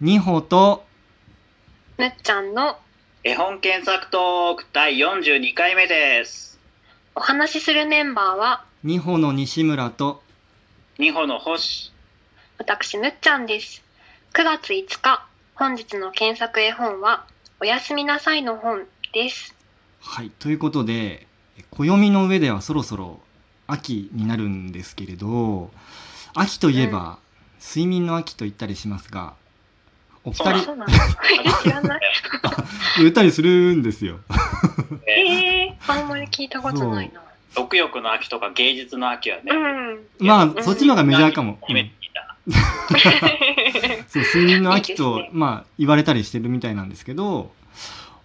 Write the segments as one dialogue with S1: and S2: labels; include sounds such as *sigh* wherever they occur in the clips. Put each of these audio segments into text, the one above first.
S1: 二歩と
S2: むっちゃんの
S3: 絵本検索トーク第42回目です。
S2: お話しするメンバーは
S1: 二歩の西村と
S3: 二歩の星。
S2: 私むっちゃんです9月5日本日の検索絵本はおやすみなさいの本です
S1: はいということで暦の上ではそろそろ秋になるんですけれど秋といえば、睡眠の秋と言ったりしますがお
S3: あ
S1: 二
S3: れ
S2: あ
S1: 人
S2: そうなの知らない
S1: *laughs* 言ったりするんですよ
S3: えー
S2: え
S1: *laughs*
S2: ー、あんまり聞いたことないな
S3: 食欲の秋とか芸術の秋はね
S2: う、ん *laughs*
S1: ま
S2: う
S1: あ
S2: ん
S1: そっちの方がメジャーかも、
S3: 初め
S1: うん
S3: て聞いた。
S1: そう睡眠の秋と
S2: いいですね
S1: まあ言われたりしてるみたいなんですけど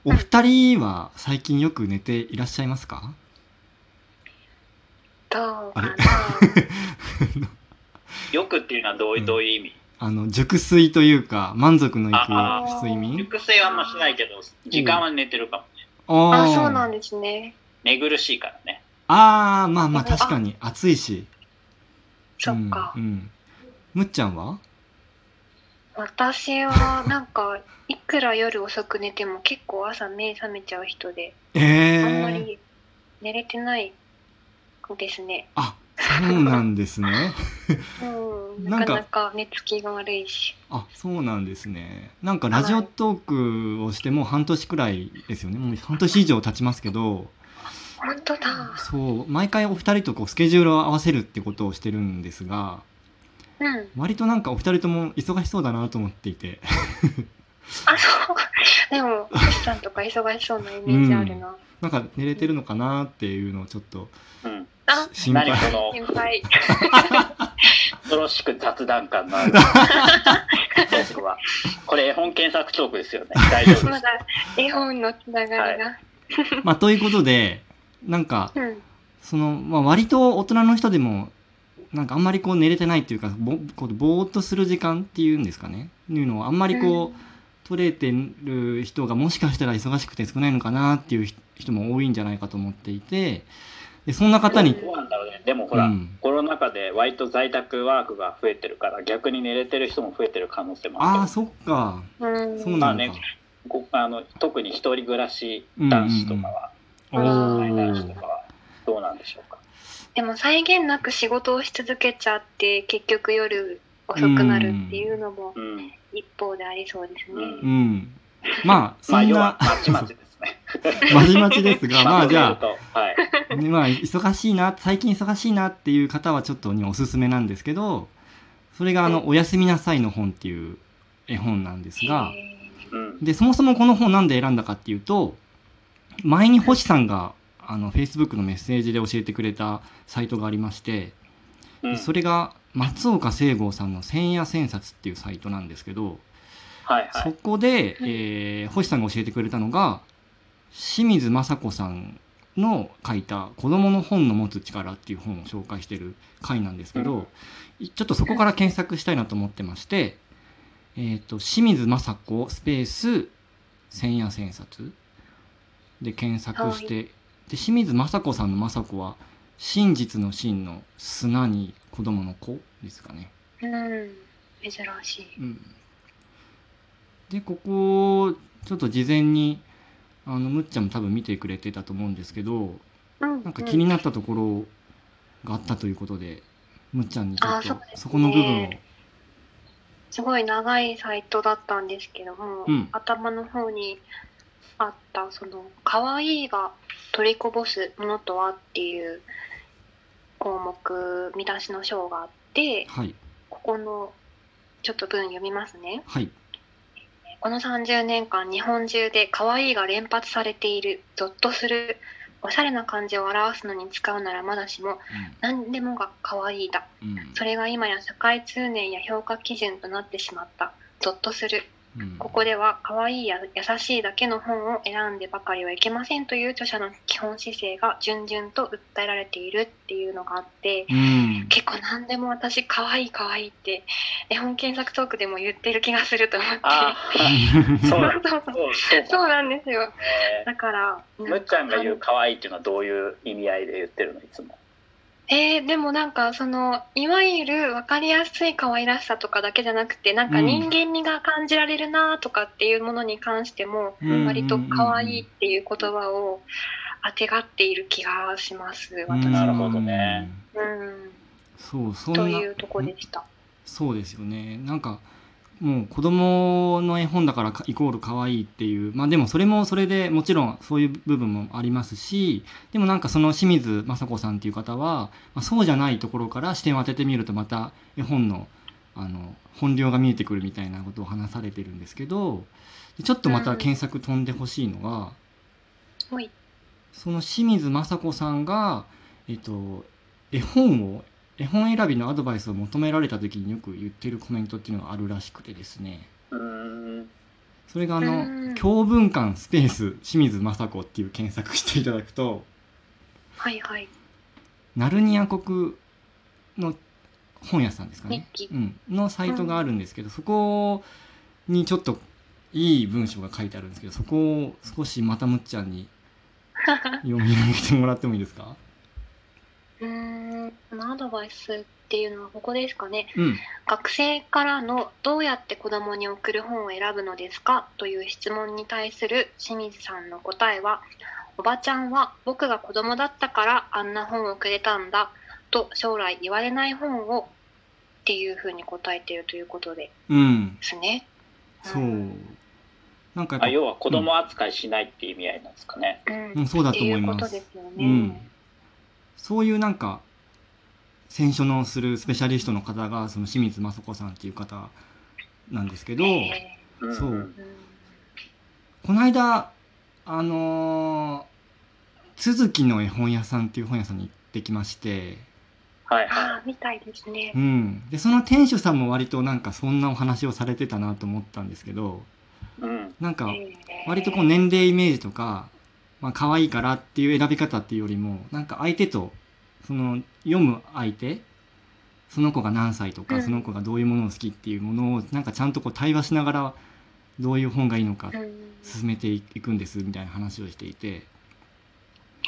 S1: お二人は最近よく寝ていらっしゃいますか、
S2: どうかな
S3: よくっていうのはどう
S1: う
S3: い
S1: ん
S3: うどういう意
S1: あの熟睡というか満足のい
S3: あ
S1: く
S2: ー
S1: 睡
S3: 味
S1: 眠
S3: 熟成はあんましないけど、時間は寝てるかもね。
S1: あ
S2: あ
S1: ー
S2: そうなんですね
S3: 寝苦しいからね。
S1: あーまあまあ
S2: あ
S1: 確かに暑いし
S2: そっか、
S1: うんうん、むっちゃんは
S2: 私はなんかいくら夜遅く寝ても結構朝目覚めちゃう人で
S1: え
S2: あんま
S1: ー、
S2: り寝れてないですね。
S1: あそうなんですね
S2: うん、
S1: なん
S2: な
S1: か
S2: かなか寝つきが悪いし。
S1: あそうなんですねなんかラジオトークをしてもう半年くらいですよねもう半年以上経ちますけど
S2: 本当だ。
S1: そう毎回お二人とこうスケジュールを合わせるってことをしてるんですが
S2: うん。
S1: 割となんかお二人とも忙しそうだなと思っていて *laughs*
S2: あ、そう。 *laughs* でも、星さんとか忙しそうなイメージあるな。
S1: なんか寝れてるのかなっていうのをちょっと
S3: うん。
S2: あ、
S1: 心
S3: 何
S1: 配
S3: こ
S1: *laughs*
S2: 先
S3: の
S2: 輩。
S3: 恐ろしく雑談感の
S1: *laughs*
S3: あるトークは。これ絵本検索トークで
S1: *laughs*
S3: すよね。大丈夫で。
S2: ますだ絵本のつながりが。
S1: まあということでなんか
S2: うん。
S1: その、まあ、割と大人の人でもなんかあんまりこう寝れてないっていうかぼこうぼーっとする時間っていうんですかねいうのをあんまりこう、取れてる人がもしかしたら忙しくて少ないのかなっていうひ人も多いんじゃないかと思っていてでそんな方に
S3: どうなんだろうね。でもほ
S1: う
S3: ら、
S1: ん、
S3: コロナ禍で割と在宅ワークが増えてるから、逆に寝れてる人も増えてる可能性もあるけど
S1: ああそっか
S2: うん。
S1: そう
S3: ま
S1: な
S3: あ
S1: の
S3: ね
S1: か、
S3: ごあの特に一人暮らし男子とかは、
S2: うんうん
S1: お
S2: う
S3: 男子
S1: ー
S3: とかはどうなんでしょうか。
S2: でも、際限なく仕事をし続けちゃって、結局夜遅くなるっていうのも
S3: うん、
S2: 一方でありそうですね。
S1: う
S3: う
S1: んまあ
S3: ま
S1: そ
S3: あ
S1: ん
S3: 要は
S1: な
S3: まちまちですね。
S1: まじまちですが *laughs* まあじゃあ
S3: あ、はい、
S1: *laughs* でまあ忙しいな最近忙しいなっていう方はちょっとにおすすめなんですけどそれがあの「おやすみなさい」の本っていう絵本なんですが
S2: へー
S3: うん、
S1: でそもそもこの本なんで選んだかっていうと前に星さんがあの Facebook のメッセージで教えてくれたサイトがありまして
S3: うん、
S1: それが松岡聖剛さんの「千夜千冊」っていうサイトなんですけど
S3: はいは
S1: そ
S3: い。
S1: こで、
S2: うん
S1: えー星さんが教えてくれたのが清水雅子さんの書いた「子供の本の持つ力」っていう本を紹介してる回なんですけど、いちょっとそこから検索したいなと思ってまして、えー、と清水雅子スペース千夜千冊で検索して、で清水雅子さんの雅子は真実の真の砂に子供の子ですかね。
S2: うん、珍しい。
S1: うんでここちょっと事前にあのむっちゃんも多分見てくれてたと思うんですけど
S2: うん、
S1: なんか気になったところがあったということで、むっちゃんにちょっ
S2: あそ
S1: と
S2: うですね
S1: そこの部分を
S2: すごい長いサイトだったんですけども、
S1: うん
S2: 頭の方にあったその「可愛いが取りこぼすものとは」っていう項目見出しの章があって
S1: はい
S2: ここのちょっと文読みますね。
S1: はい
S2: この30年間日本中で可愛いが連発されているゾッとするおしゃれな感じを表すのに使うならまだしも何でもが可愛いだ
S1: うん
S2: それが今や社会通念や評価基準となってしまったゾッとする
S1: うんうん
S2: ここでは可愛いや優しいだけの本を選んでばかりはいけませんという著者の基本姿勢が順々と訴えられているっていうのがあって
S1: うん
S2: 結構何でも私可愛い可愛いって絵本検索トークでも言ってる気がすると思って
S3: ああ、 *laughs* そうなんだ。
S2: そうそう
S3: そうそう
S2: *laughs* そうなんですよ。
S3: ね
S2: だから、
S3: むっちゃんが言う可愛いっていうのはどういう意味合いで言ってるのいつも。
S2: えー、でもなんかそのいわゆる分かりやすい可愛らしさとかだけじゃなくてなんか人間味が感じられるなとかっていうものに関しても、
S1: うん
S2: 割と可愛いっていう言葉をあてがっている気がします私
S3: なる
S2: は。
S3: ほどね
S2: うん
S1: そうそんな
S2: というとこでした。
S1: そうですよねなんかもう子供の絵本だからかイコール可愛いっていうまあでもそれもそれでもちろんそういう部分もありますしでもなんかその清水雅子さんっていう方は、まあ、そうじゃないところから視点を当ててみるとまた絵本のあの本領が見えてくるみたいなことを話されてるんですけどちょっとまた検索飛んでほしいのが、
S2: はい
S1: その清水雅子さんが、えっと、絵本を絵本選びのアドバイスを求められた時によく言ってるコメントっていうのがあるらしくてですね
S3: うーん。
S1: それがあ
S2: う
S1: の
S2: ん
S1: 「教文館スペース清水雅子」っていう検索していただくと
S2: はいはい。
S1: ナルニア国の本屋さんですかね、
S2: 日記
S1: うん、のサイトがあるんですけど、そこにちょっといい文章が書いてあるんですけどそこを少しまたむっちゃんに読み上げてもらってもいいですか、
S2: うーん、このアドバイスっていうのはここですかね。
S1: うん
S2: 学生からのどうやって子供に送る本を選ぶのですかという質問に対する清水さんの答えは、おばちゃんは僕が子供だったからあんな本をくれたんだと将来言われない本をっていうふうに答えているということで
S1: うん、
S2: すね。
S1: そう
S2: うん。
S1: なんかやっぱ
S3: あ、要は子供扱いしないっていう意味合いなんですかね。
S1: う
S2: うん
S1: ん、そうだ
S2: って
S1: と
S2: い
S1: 思いう
S2: こ
S1: ま
S2: と
S1: す
S2: で。すよね。
S1: うん、そういうなんか選書のするスペシャリストの方がその清水雅子さんっていう方なんですけど、
S2: え
S3: うん
S1: そうん
S2: ーうん
S1: この間あのー、都築の絵本屋さんっていう本屋さんに行ってきまして、
S3: はいはい。
S2: ああ、みたいですね
S1: う。ん、でその店主さんも割となんかそんなお話をされてたなと思ったんですけど
S3: うん。
S1: なんか
S2: えー
S1: 割とこう年齢イメージとか、まあ可愛いからっていう選び方っていうよりもなんか相手とその読む相手その子が何歳とか、
S2: うん
S1: その子がどういうものを好きっていうものをなんかちゃんとこう対話しながらどういう本がいいのか
S2: うん
S1: 進めていくんですみたいな話をしていて、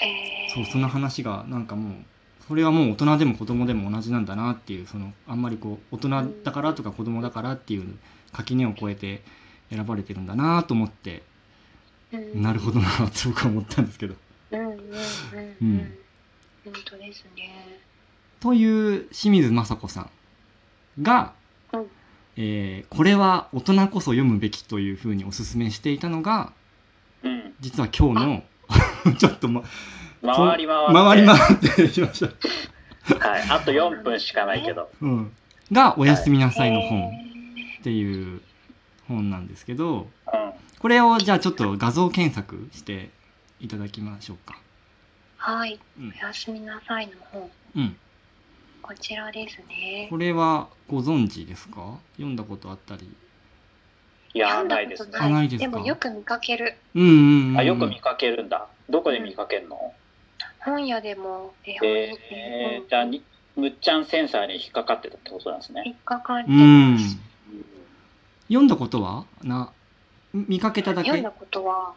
S2: えー
S1: そうその話がなんかもうそれはもう大人でも子供でも同じなんだなっていうそのあんまりこう大人だからとか子供だからっていう垣根を越えて選ばれてるんだなと思って
S2: うん
S1: なるほどなって僕は思ったんですけど。
S2: うんうんうん
S1: う
S2: うんん。本当ですね。
S1: *laughs* という清水雅子さんが、
S2: うん
S1: えーこれは大人こそ読むべきというふうにお勧めしていたのが
S3: うん。
S1: 実は今日の *laughs* ちょっと、ま、
S3: 回り回って。
S1: 回り回ってきました、
S3: はい。あと4分しかないけど。
S1: うん、が「おやすみなさい」の
S2: え
S1: 本っていう本なんですけど
S3: うん。
S1: これをじゃあちょっと画像検索していただきましょうか。
S2: ーはい。
S1: うん
S2: おやすみなさいの本。
S1: うん、
S2: こちらですね
S1: こ。れはご存知ですか読んだことあったり。
S3: いや、ないです
S2: 読んだこ
S1: あ
S2: と
S3: ね。
S1: な
S2: ないい
S1: です
S2: で
S1: か
S2: もよく見かける。
S1: うんうんうんうん
S3: あ、よく見かけるんだ。どこで見かけるの
S2: 本屋でも絵本に
S3: えー、じゃあに、むっちゃんセンサーに引っかかってたってことなんですね。
S2: 引っかかって
S1: う
S2: ま
S1: ん
S2: す。
S1: 読んだことはな見かけただけ
S2: 読んだことは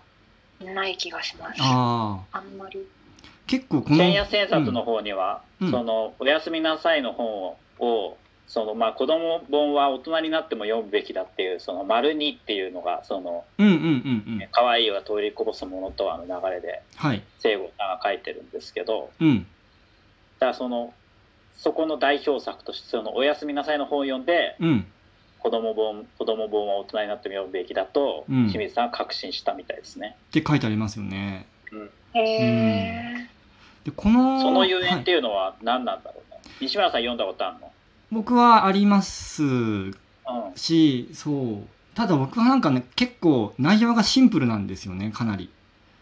S2: ない気がします。あ
S1: ああ
S2: んまり。
S1: 結構この
S3: 千夜千冊の方には、
S1: うん
S3: その、おやすみなさいの本を、そのまあ、子供本は大人になっても読むべきだっていう、その、丸二っていうのが、その、
S1: うんうんうんうん
S3: 可愛いは通りこぼすものとはの流れで、
S1: はい
S3: 聖吾さんが書いてるんですけど、
S1: うん
S3: だからその、そこの代表作として、その、おやすみなさいの本を読んで、
S1: うん
S3: 子供本、子供本は大人になっても読むべきだと、
S1: うん
S3: 清水さんは確信したみたいですね。
S1: って書いてありますよね
S2: へえ。
S1: でこの
S3: その遊
S1: は
S3: 園
S1: い
S3: っていうのは何なんだろうね。西村さん読んだことあるの
S1: 僕はあります
S3: うん。
S1: しそうただ僕はなんかね結構内容がシンプルなんですよねかなり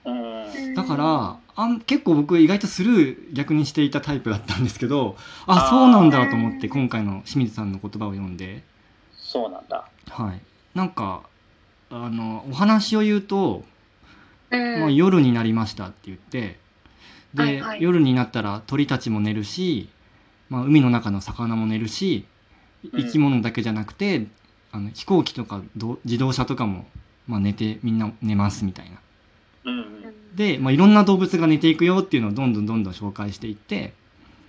S3: うん。
S1: だからあん結構僕意外とスルー逆にしていたタイプだったんですけどあそうなんだと思って今回の清水さんの言葉を読んで
S3: そうなんだ。
S1: はいなんかあのお話を言うと
S2: うん、
S1: もう夜になりましたって言ってで、
S2: はいはい
S1: 夜になったら鳥たちも寝るし、まあ、海の中の魚も寝るしい
S3: うん
S1: 生き物だけじゃなくて、あの飛行機とかど自動車とかも、まあ、寝てみんな寝ますみたいな。
S3: うん
S2: うん、
S1: で、まあ、いろんな動物が寝ていくよっていうのをどんどんどんどん紹介していって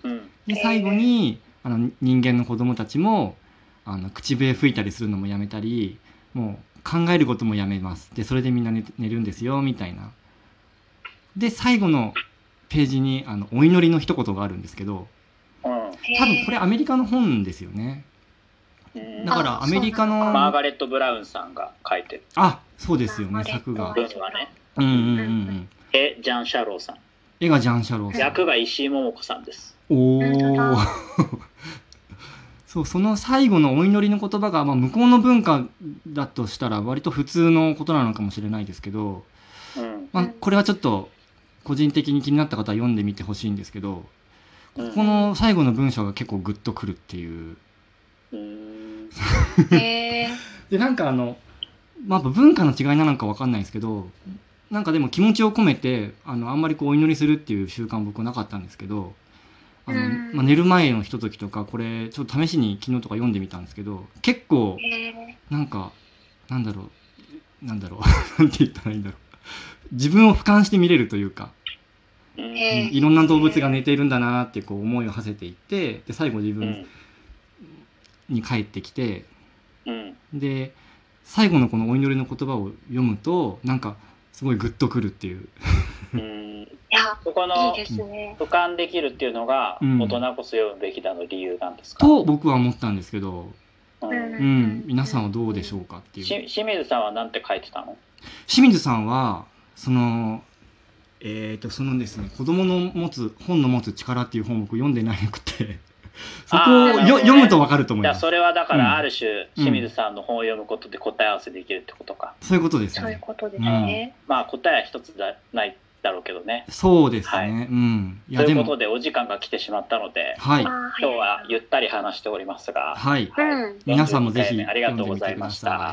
S3: うん。うん。
S1: で最後にあの人間の子供たちもあの口笛吹いたりするのもやめたりもう考えることもやめますでそれでみんな寝寝るんですよみたいな。で最後のページにあのお祈りの一言があるんですけど多分これアメリカの本ですよね。
S3: うん
S1: だからアメリカの
S3: マーガレット・ブラウンさんが書いてる
S1: あそうですよね
S2: 流れ
S1: 作が。
S3: 文はね
S1: うんうんうんうん。
S3: えジャン・シャローさん
S1: 絵がジャン・シャローさん。
S3: 役が石井桃子さんです
S1: お
S2: 本当
S1: お
S2: だ。
S1: *laughs* そうその最後のお祈りの言葉が、まあ、向こうの文化だとしたら割と普通のことなのかもしれないですけど、
S3: うん
S1: ま
S2: う
S1: あ
S2: ん、
S1: これはちょっと個人的に気になった方は読んでみてほしいんですけど
S3: うん
S1: この最後の文章が結構グッとくるっていう
S3: うん
S2: へえ。
S1: でなんかあの、まあ、やっぱ文化の違いなのかわかんないですけどなんかでも気持ちを込めてあのあんまりこうお祈りするっていう習慣僕はなかったんですけどあの、
S2: うん
S1: まあ、寝る前のひとときとかこれちょっと試しに昨日とか読んでみたんですけど結構
S2: へえ。
S1: なんかなんだろうなんだろう *laughs* なんて言ったらいいんだろう自分を俯瞰して見れるというか、
S3: うん
S1: うん
S2: ええ
S1: いろんな動物が寝ているんだなってこう思いを馳せていってで最後自
S3: う
S1: 分
S3: ん
S1: に帰ってきて、
S3: うん
S1: で最後のこのお祈りの言葉を読むとなんかすごいグッとくるっていう
S3: うん
S2: いや、
S3: そこ
S2: いい
S3: の
S2: ですね。
S3: 俯瞰できるっていうのが
S1: うん
S3: 大人こそ読むべきだの理由なんですか、
S1: と僕は思ったんですけど、
S3: う
S2: うん
S3: ん
S1: うん、皆さんはどうでしょうかってい
S3: し
S1: う
S3: 清水さんはなんて書いてたの
S1: 清水さんはそのえっ、とそのですね子供の持つ本の持つ力っていう本を僕読んでなくて *laughs* そこを
S3: あーなるほど
S1: よ
S3: ね
S1: 読むとわかると思い
S3: い
S1: ま
S3: や
S1: す
S3: それはだか
S1: うん
S3: らある種清水さんの本を読むことで答え合わせできるってことか、
S1: そういうことです
S2: そういう
S1: ね
S2: ことですね。
S3: まあ答えは一つだないだろうけどね
S1: そうですね、
S3: はい
S1: うんい
S3: と
S1: や
S3: い
S1: で
S3: うこ
S1: も
S3: とでお時間が来てしまったので
S1: はい
S2: あー
S3: 今日はゆったり話しておりますが
S1: はい
S2: うん。
S3: 嗯
S1: 皆さんもぜひ
S3: ありがとうございま
S1: 読んでみ
S3: した
S1: てください